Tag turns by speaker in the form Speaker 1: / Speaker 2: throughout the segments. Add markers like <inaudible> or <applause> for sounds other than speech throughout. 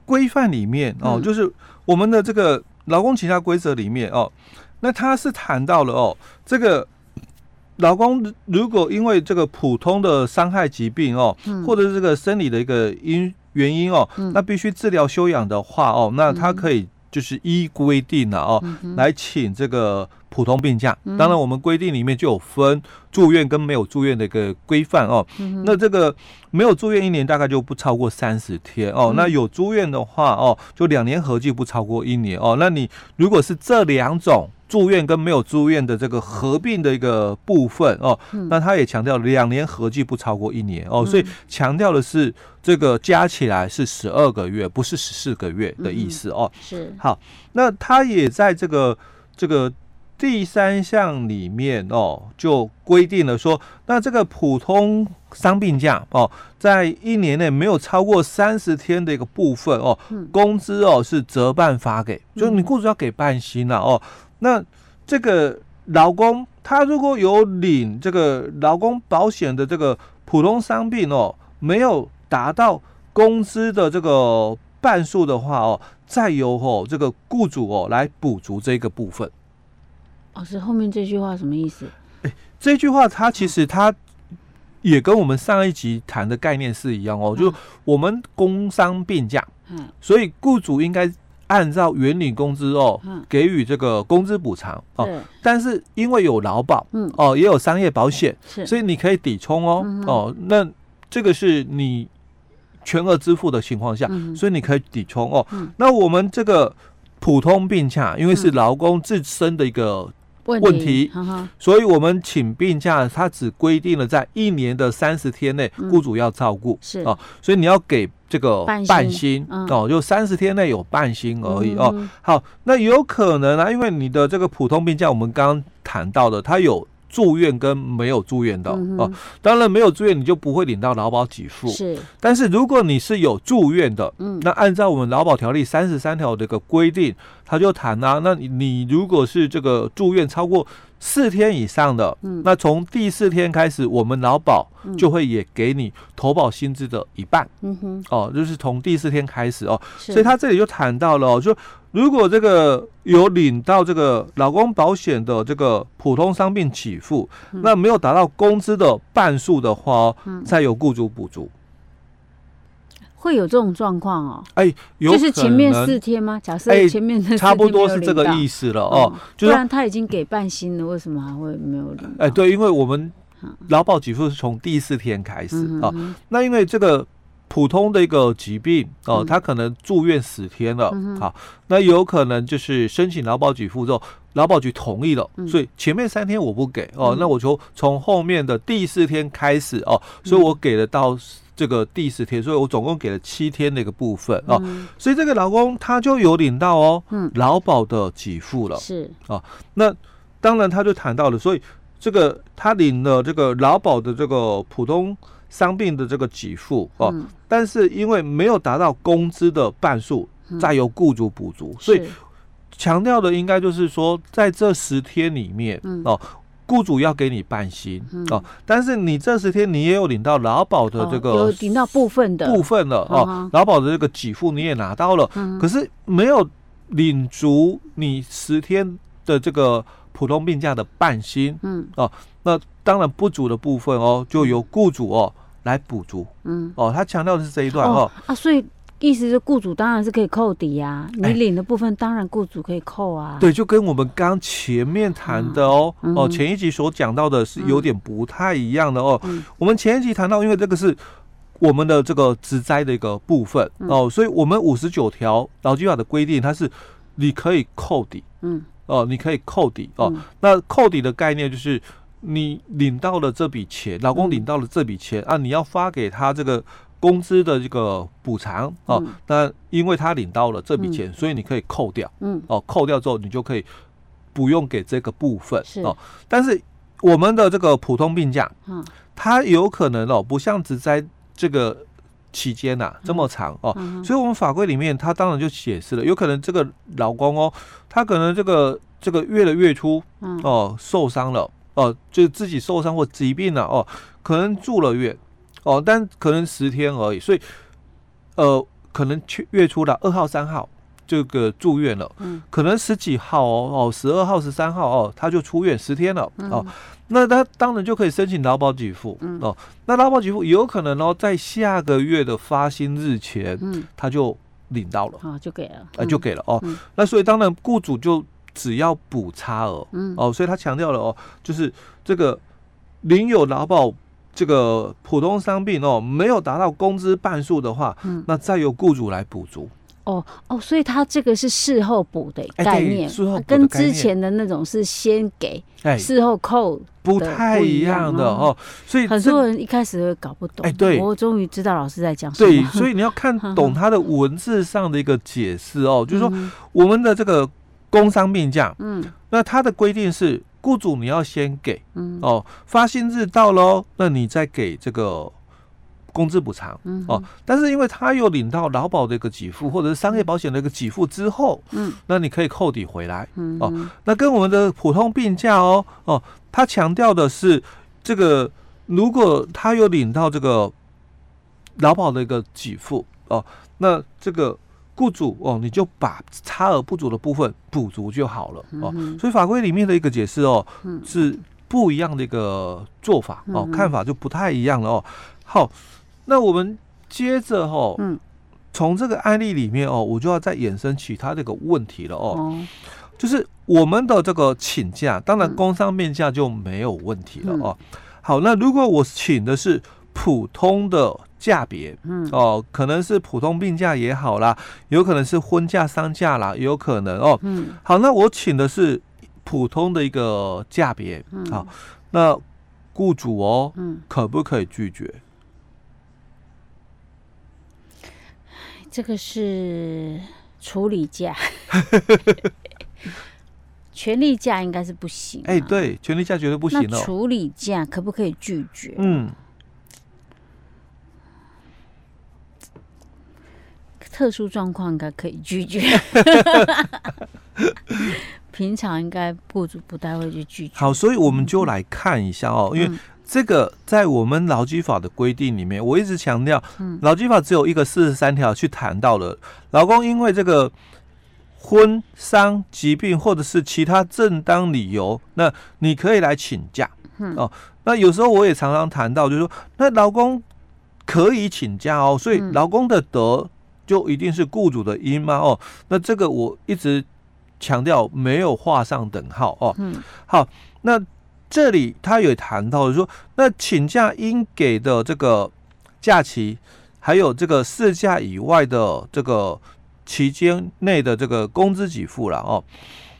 Speaker 1: 规范里面哦
Speaker 2: 嗯，
Speaker 1: 就是我们的这个劳工请假规则里面哦，那他是谈到了哦，这个劳工如果因为这个普通的伤害疾病哦，
Speaker 2: 嗯，
Speaker 1: 或者是这个生理的一个因原因哦
Speaker 2: 嗯，
Speaker 1: 那必须治疗休养的话哦，那他可以就是依规定了哦，
Speaker 2: 嗯哼嗯
Speaker 1: 来请这个普通病假。当然，我们规定里面就有分住院跟没有住院的一个规范哦。
Speaker 2: 嗯哼
Speaker 1: 那这个没有住院一年大概就不超过三十天哦。
Speaker 2: 嗯
Speaker 1: 那有住院的话哦，就两年合计不超过一年哦。那你如果是这两种住院跟没有住院的这个合并的一个部分哦，
Speaker 2: 嗯
Speaker 1: 那他也强调两年合计不超过一年哦，所以强调的是这个加起来是十二个月，不是十四个月的意思哦。
Speaker 2: 是
Speaker 1: 那他也在这个这个第三项里面哦，就规定了说，那这个普通伤病假哦，在一年内没有超过三十天的一个部分哦，
Speaker 2: 嗯
Speaker 1: 工资哦是折半发给，就是你
Speaker 2: 嗯
Speaker 1: 雇主要给半薪了、哦。那这个劳工他如果有领这个劳工保险的这个普通伤病哦，没有达到工资的这个半数的话哦，再由哦这个雇主哦来补足这个部分。
Speaker 2: 老哦师后面这句话什么意思？
Speaker 1: 这句话它其实它也跟我们上一集谈的概念是一样哦，就
Speaker 2: 嗯
Speaker 1: 我们工伤病假，
Speaker 2: 嗯
Speaker 1: 所以雇主应该按照原领工资哦
Speaker 2: 嗯，
Speaker 1: 给予这个工资补偿哦。
Speaker 2: 对，
Speaker 1: 但是因为有劳保
Speaker 2: 嗯
Speaker 1: 哦，也有商业保险，
Speaker 2: 是
Speaker 1: 所以你可以抵充哦
Speaker 2: 嗯哼
Speaker 1: 哦。那这个是你全额支付的情况下，
Speaker 2: 嗯
Speaker 1: 所以你可以抵充哦
Speaker 2: 嗯。
Speaker 1: 那我们这个普通病假，因为是劳工自身的一个
Speaker 2: 问
Speaker 1: 问题
Speaker 2: 哈哈，
Speaker 1: 所以我们请病假，它只规定了在一年的三十天内
Speaker 2: 嗯，
Speaker 1: 雇主要照顾、
Speaker 2: 是
Speaker 1: 哦，所以你要给这个
Speaker 2: 半薪
Speaker 1: 半薪
Speaker 2: 嗯
Speaker 1: 哦，就三十天内有半薪而已、哦。
Speaker 2: 嗯
Speaker 1: 好，那有可能啊，因为你的这个普通病假，我们刚刚谈到的，它有住院跟没有住院的、
Speaker 2: 嗯
Speaker 1: 哦。当然没有住院，你就不会领到劳保给付
Speaker 2: 哼，。是
Speaker 1: 但是如果你是有住院的，
Speaker 2: 嗯
Speaker 1: 那按照我们劳保条例三十三条的一个规定，他就谈啊，那你你如果是这个住院超过四天以上的，
Speaker 2: 嗯
Speaker 1: 那从第四天开始，我们劳保
Speaker 2: 嗯
Speaker 1: 就会也给你投保薪资的一半
Speaker 2: 嗯哼，
Speaker 1: 哦，就是从第四天开始哦，
Speaker 2: 所
Speaker 1: 所以他这里就谈到了、哦，就如果这个有领到这个劳工保险的这个普通伤病给付，
Speaker 2: 嗯
Speaker 1: 那没有达到工资的半数的话、哦，
Speaker 2: 嗯
Speaker 1: 再由雇主补足。
Speaker 2: 会有这种状况哦，
Speaker 1: 哎，有
Speaker 2: 就是
Speaker 1: 可
Speaker 2: 前面
Speaker 1: 能
Speaker 2: 四天吗？假设
Speaker 1: 哎
Speaker 2: 前面的
Speaker 1: 差不多是这个意
Speaker 2: 思
Speaker 1: 思了哦。，
Speaker 2: 嗯不
Speaker 1: 就是
Speaker 2: 然他已经给半薪了，为什么还会没有领？
Speaker 1: 哎，，对，因为我们
Speaker 2: 嗯
Speaker 1: 劳保给付是从第四天开始
Speaker 2: 嗯
Speaker 1: 哦。
Speaker 2: 哼
Speaker 1: 那因为这个普通的一个疾病哦、
Speaker 2: 嗯
Speaker 1: 他可能住院十天了，
Speaker 2: 嗯哼
Speaker 1: 好，那有可能就是申请劳保给付之后，劳保局同意了，
Speaker 2: 嗯
Speaker 1: 所以前面三天我不给哦，
Speaker 2: 嗯
Speaker 1: 那我就从后面的第四天开始哦，
Speaker 2: 嗯
Speaker 1: 所以我给了到这个第十天，所以我总共给了七天的一个部分哦，
Speaker 2: 嗯
Speaker 1: 所以这个劳工他就有领到哦
Speaker 2: 嗯，
Speaker 1: 劳保的给付了。
Speaker 2: 是，
Speaker 1: 那当然他就谈到了，所以这个他领了这个劳保的这个普通伤病的这个给付哦，
Speaker 2: 嗯
Speaker 1: 但是因为没有达到工资的半数
Speaker 2: 嗯，
Speaker 1: 再由雇主补足，所以
Speaker 2: 是
Speaker 1: 强调的应该就是说，在这十天里面、
Speaker 2: 嗯
Speaker 1: 哦。雇主要给你半薪、
Speaker 2: 嗯
Speaker 1: 哦，但是你这十天你也有领到劳保的
Speaker 2: 哦
Speaker 1: 这
Speaker 2: 有
Speaker 1: 个
Speaker 2: 领到部分的
Speaker 1: 部分了
Speaker 2: 嗯哼
Speaker 1: 哦，劳保的这个给付你也拿到了，
Speaker 2: 嗯
Speaker 1: 可是没有领足你十天的这个普通病假的半薪，
Speaker 2: 嗯
Speaker 1: 那当然不足的部分哦，就由雇主哦来补足
Speaker 2: 嗯
Speaker 1: 哦。他强调的是这一段哦，
Speaker 2: 啊，所以意思是雇主当然是可以扣抵呀，你
Speaker 1: 哎
Speaker 2: 领的部分当然雇主可以扣啊。
Speaker 1: 对，就跟我们刚前面谈的哦、
Speaker 2: 嗯
Speaker 1: 哦前一集所讲到的是有点不太一样的哦。
Speaker 2: 嗯
Speaker 1: 我们前一集谈到，因为这个是。我们的这个职灾的一个部分、
Speaker 2: 嗯
Speaker 1: 哦，所以我们五十九条劳基法的规定，它是你可以扣抵
Speaker 2: 嗯，
Speaker 1: 哦，你可以扣抵哦。
Speaker 2: 嗯
Speaker 1: 那扣抵的概念就是你领到了这笔钱，老公
Speaker 2: 嗯
Speaker 1: 领到了这笔钱、啊，你要发给他这个工资的这个补偿哦
Speaker 2: 嗯。
Speaker 1: 那、因为他领到了这笔钱，所以你可以扣掉
Speaker 2: 嗯
Speaker 1: 哦，扣掉之后你就可以不用给这个部分
Speaker 2: 是
Speaker 1: 哦。但是我们的这个普通病假，
Speaker 2: 嗯
Speaker 1: 它有可能哦，不像只在这个期间呐、这么长哦。
Speaker 2: 嗯哼
Speaker 1: 所以，我们法规里面，它当然就解释了，有可能这个老公哦，他可能这个这个月的月初
Speaker 2: 嗯
Speaker 1: 哦受伤了哦，就自己受伤或疾病了、哦，可能住了院哦，但可能十天而已，所以呃，可能去月初了二号、三号这个住院了，
Speaker 2: 嗯
Speaker 1: 可能十几号哦哦，十二号、十三号哦，他就出院十天了
Speaker 2: 嗯
Speaker 1: 哦，那他当然就可以申请劳保给付、
Speaker 2: 嗯
Speaker 1: 哦，那劳保给付有可能哦，在下个月的发薪日前
Speaker 2: 嗯，
Speaker 1: 他就领到了，
Speaker 2: 好就给了，
Speaker 1: 呃，就
Speaker 2: 嗯
Speaker 1: 给了哦
Speaker 2: 嗯，
Speaker 1: 那所以当然雇主就只要补差额。
Speaker 2: 嗯
Speaker 1: 哦，所以他强调了哦，就是这个领有劳保这个普通伤病哦，没有达到工资半数的话，
Speaker 2: 嗯
Speaker 1: 那再由雇主来补足。
Speaker 2: 哦哦，所以它这个是事后补的
Speaker 1: 哎
Speaker 2: 概
Speaker 1: 对
Speaker 2: 念，啊
Speaker 1: 事后补的
Speaker 2: 跟
Speaker 1: 概念
Speaker 2: 之前的那种是先给
Speaker 1: 哎，
Speaker 2: 事后扣，
Speaker 1: 不
Speaker 2: 的
Speaker 1: 太
Speaker 2: 不一
Speaker 1: 一
Speaker 2: 样
Speaker 1: 样的
Speaker 2: 哦
Speaker 1: 哦，所以
Speaker 2: 很
Speaker 1: 这
Speaker 2: 多人一开始会搞不懂。
Speaker 1: 哎对
Speaker 2: 我终于知道老师在讲什么。
Speaker 1: 对，所以你要看懂他的文字上的一个解释哦，就是说我们的这个工伤病假，
Speaker 2: 嗯
Speaker 1: 那它的规定是雇主你要先给
Speaker 2: 嗯
Speaker 1: 哦，发薪日到喽，那你再给这个工资补偿。
Speaker 2: 嗯
Speaker 1: 哦，但是因为他有领到劳保的一个给付，或者是商业保险的一个给付之后，
Speaker 2: 嗯
Speaker 1: 那你可以扣抵回来。
Speaker 2: 嗯
Speaker 1: 哦
Speaker 2: 嗯
Speaker 1: 那跟我们的普通病假哦哦，他强调的是这个，如果他有领到这个劳保的一个给付哦，那这个雇主哦，你就把差额不足的部分补足就好了哦。
Speaker 2: 嗯
Speaker 1: 所以法规里面的一个解释哦
Speaker 2: 嗯，
Speaker 1: 是不一样的一个做法哦
Speaker 2: 嗯哼，
Speaker 1: 看法就不太一样了哦。好，那我们接着哦
Speaker 2: 嗯，
Speaker 1: 从这个案例里面哦，我就要再衍生其他这个问题了哦，
Speaker 2: 哦
Speaker 1: 就是我们的这个请假，当然
Speaker 2: 嗯
Speaker 1: 工伤病假就没有问题了哦。好，那如果我请的是普通的价别，
Speaker 2: 嗯
Speaker 1: 哦，可能是普通病假也好啦，有可能是婚假、丧假啦，也有可能哦。
Speaker 2: 嗯
Speaker 1: 好，那我请的是普通的一个价别，
Speaker 2: 嗯
Speaker 1: 好，那雇主哦，
Speaker 2: 嗯，
Speaker 1: 可不可以拒绝？
Speaker 2: 这个是处理价， <laughs> 权利价应该是不行、啊。
Speaker 1: 哎、，对，权利假绝对不行
Speaker 2: 那
Speaker 1: 哦。
Speaker 2: 处理价可不可以拒绝？
Speaker 1: 嗯，
Speaker 2: 特殊状况应该可以拒
Speaker 1: <laughs>
Speaker 2: 绝，平常应该雇主不太会去拒绝。
Speaker 1: 好，所以我们就来看一下哦，因为
Speaker 2: 嗯
Speaker 1: 这个在我们劳基法的规定里面，我一直强调
Speaker 2: 嗯，
Speaker 1: 劳基法只有一个四十三条去谈到了，劳工因为这个婚丧、疾病或者是其他正当理由，那你可以来请假。
Speaker 2: 嗯
Speaker 1: 哦，那有时候我也常常谈到，就是说，那劳工可以请假哦，所以
Speaker 2: 嗯
Speaker 1: 劳工的德就一定是雇主的因吗？哦，那这个我一直强调没有画上等号哦。
Speaker 2: 嗯
Speaker 1: 好，那这里他有谈到说，那请假应给的这个假期，还有这个事假以外的这个期间内的这个工资给付了哦。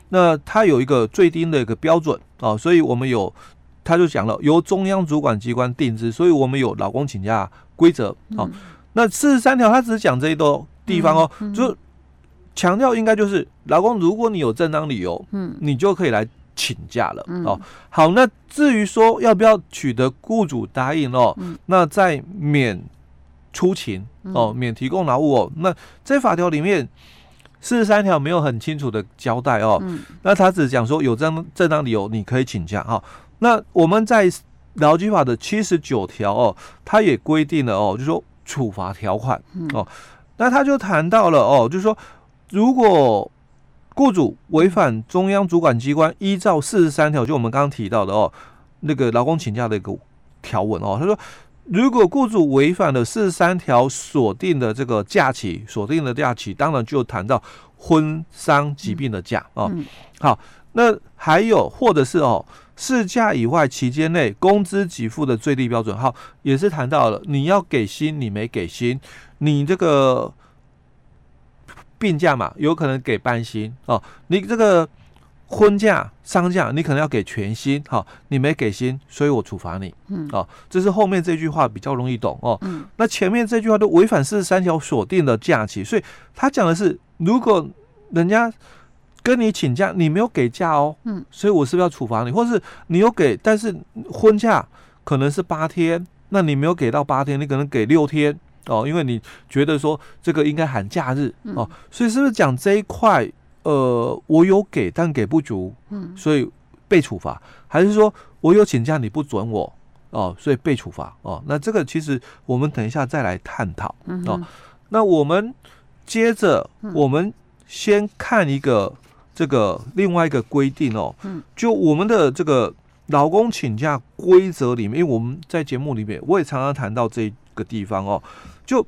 Speaker 1: 那它有一个最低的一个标准哦，所以我们有，他就讲了，由中央主管机关定之，所以我们有老公请假规则
Speaker 2: 嗯
Speaker 1: 哦。那四十三条它只是讲这一多地方哦，
Speaker 2: 嗯嗯
Speaker 1: 就强调应该就是，老公如果你有正当理由，
Speaker 2: 嗯
Speaker 1: 你就可以来请假了、
Speaker 2: 嗯
Speaker 1: 哦。好，那至于说要不要取得雇主答应哦，
Speaker 2: 嗯
Speaker 1: 那再免出勤哦，免提供劳务哦。那在法条里面四十三条没有很清楚的交代哦，
Speaker 2: 嗯
Speaker 1: 那他只讲说有正正当理由你可以请假哈、那我们在劳基法的七十九条哦，它也规定了哦，就说处罚条款
Speaker 2: 嗯
Speaker 1: 哦。那他就谈到了哦，就是说如果雇主违反中央主管机关依照四十三条，就我们刚刚提到的哦，那个劳工请假的一个条文哦，他说。如果雇主违反了四十三条所定的这个假期，所定的假期，当然就谈到婚丧疾病的假哦。
Speaker 2: 嗯
Speaker 1: 好，那还有或者是哦，事假以外期间内工资给付的最低标准，好，也是谈到了你要给薪，你没给薪，你这个病假嘛，有可能给半薪哦，你这个婚假、丧假，你可能要给全薪，好、你没给薪，所以我处罚你，
Speaker 2: 嗯
Speaker 1: 哦，这是后面这句话比较容易懂哦，
Speaker 2: 嗯
Speaker 1: 那前面这句话都违反四十三条所定的假期，所以他讲的是，如果人家跟你请假，你没有给假哦，
Speaker 2: 嗯，
Speaker 1: 所以我是不是要处罚你？或是你有给，但是婚假可能是八天，那你没有给到八天，你可能给六天哦，因为你觉得说这个应该喊假日
Speaker 2: 嗯
Speaker 1: 哦，所以是不是讲这一块？呃，我有给，但给不足，
Speaker 2: 嗯
Speaker 1: 所以被处罚，还是说我有请假你不准我哦，所以被处罚哦？那这个其实我们等一下再来探讨。
Speaker 2: 嗯
Speaker 1: 哦那我们接着，我们先看一个这个另外一个规定哦，
Speaker 2: 嗯
Speaker 1: 就我们的这个劳工请假规则里面，因为我们在节目里面我也常常谈到这个地方哦，就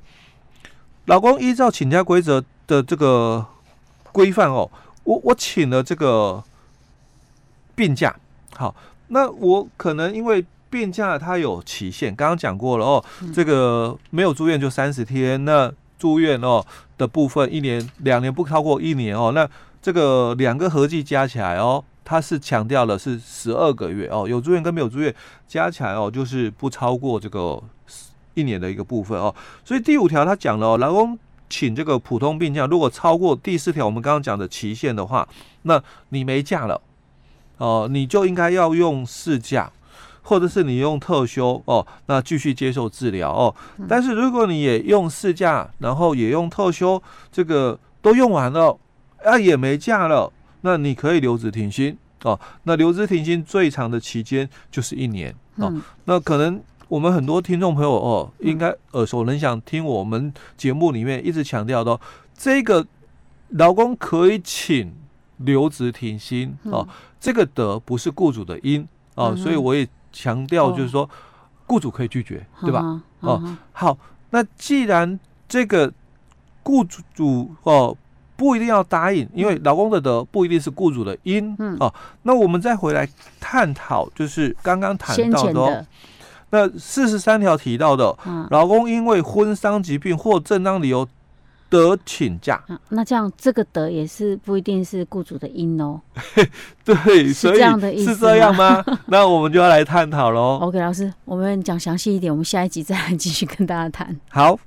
Speaker 1: 老公依照请假规则的这个规范哦，我我请了这个病假，好，那我可能因为病假它有期限，刚刚讲过了哦，这个没有住院就三十天，那住院哦的部分一年两年不超过一年哦，那这个两个合计加起来哦，它是强调了是十二个月哦，有住院跟没有住院加起来哦，就是不超过这个一年的一个部分哦，所以第五条它讲了哦，劳工。请这个普通病假，如果超过第四条我们刚刚讲的期限的话，那你没假了，哦、你就应该要用事假，或者是你用特休哦，那继续接受治疗哦。但是如果你也用事假，然后也用特休，这个都用完了，啊也没假了，那你可以留职停薪哦。那留职停薪最长的期间就是一年哦。
Speaker 2: 嗯
Speaker 1: 那可能我们很多听众朋友哦，
Speaker 2: 嗯
Speaker 1: 应该耳熟能详，听我们节目里面一直强调的、哦，这个劳工可以请留职停薪哦，这个得不是雇主的因
Speaker 2: 嗯
Speaker 1: 哦，
Speaker 2: 哼哦
Speaker 1: 所以我也强调就是说，雇主可以拒绝，对吧？？哦
Speaker 2: 嗯嗯
Speaker 1: 好，那既然这个雇主哦不一定要答应，因为劳工的得不一定是雇主的因
Speaker 2: 嗯
Speaker 1: 哦，那我们再回来探讨，就是刚刚谈
Speaker 2: 先
Speaker 1: 到
Speaker 2: 前
Speaker 1: 的、哦
Speaker 2: 的，
Speaker 1: 那四十三条提到的，
Speaker 2: 嗯
Speaker 1: 劳工因为婚丧疾病或正当理由得请假，
Speaker 2: 啊，那这样这个德也是不一定是雇主的因哦。
Speaker 1: 对，
Speaker 2: 是
Speaker 1: 所
Speaker 2: 这
Speaker 1: 以
Speaker 2: 样的意
Speaker 1: 是
Speaker 2: 思哦
Speaker 1: 这样吗？那我们就要来探讨喽。
Speaker 2: OK，老师，我们讲详细一点，我们下一集再来继续跟大家谈。
Speaker 1: 好，